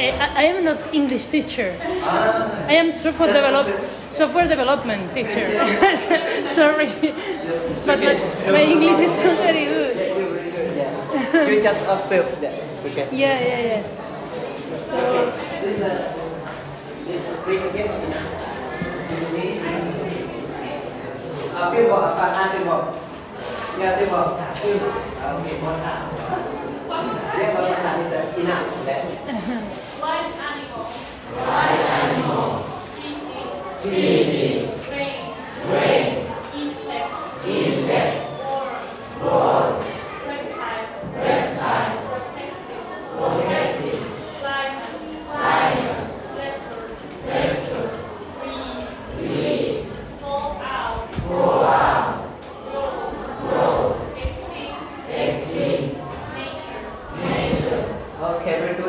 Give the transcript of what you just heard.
Eh, I am not English teacher. Ah, I am software That's develop what software development teacher. Sorry, it's but my, okay. my English is not very good. You will do that. You just observe that. It's okay. Yeah, yeah, yeah. So This is this is bring again. This is me. Uh, people, uh, uh, people. Yeah, people. Mm. Uh, Okay, one time. Yeah, one more time is uh, enough. That. Wild animal. Species. Grain. Insect. Worm. Reptile. Protective. Climate. Lesser. Breed. Fall out. Grow. Extinct. Nature. Okay, we do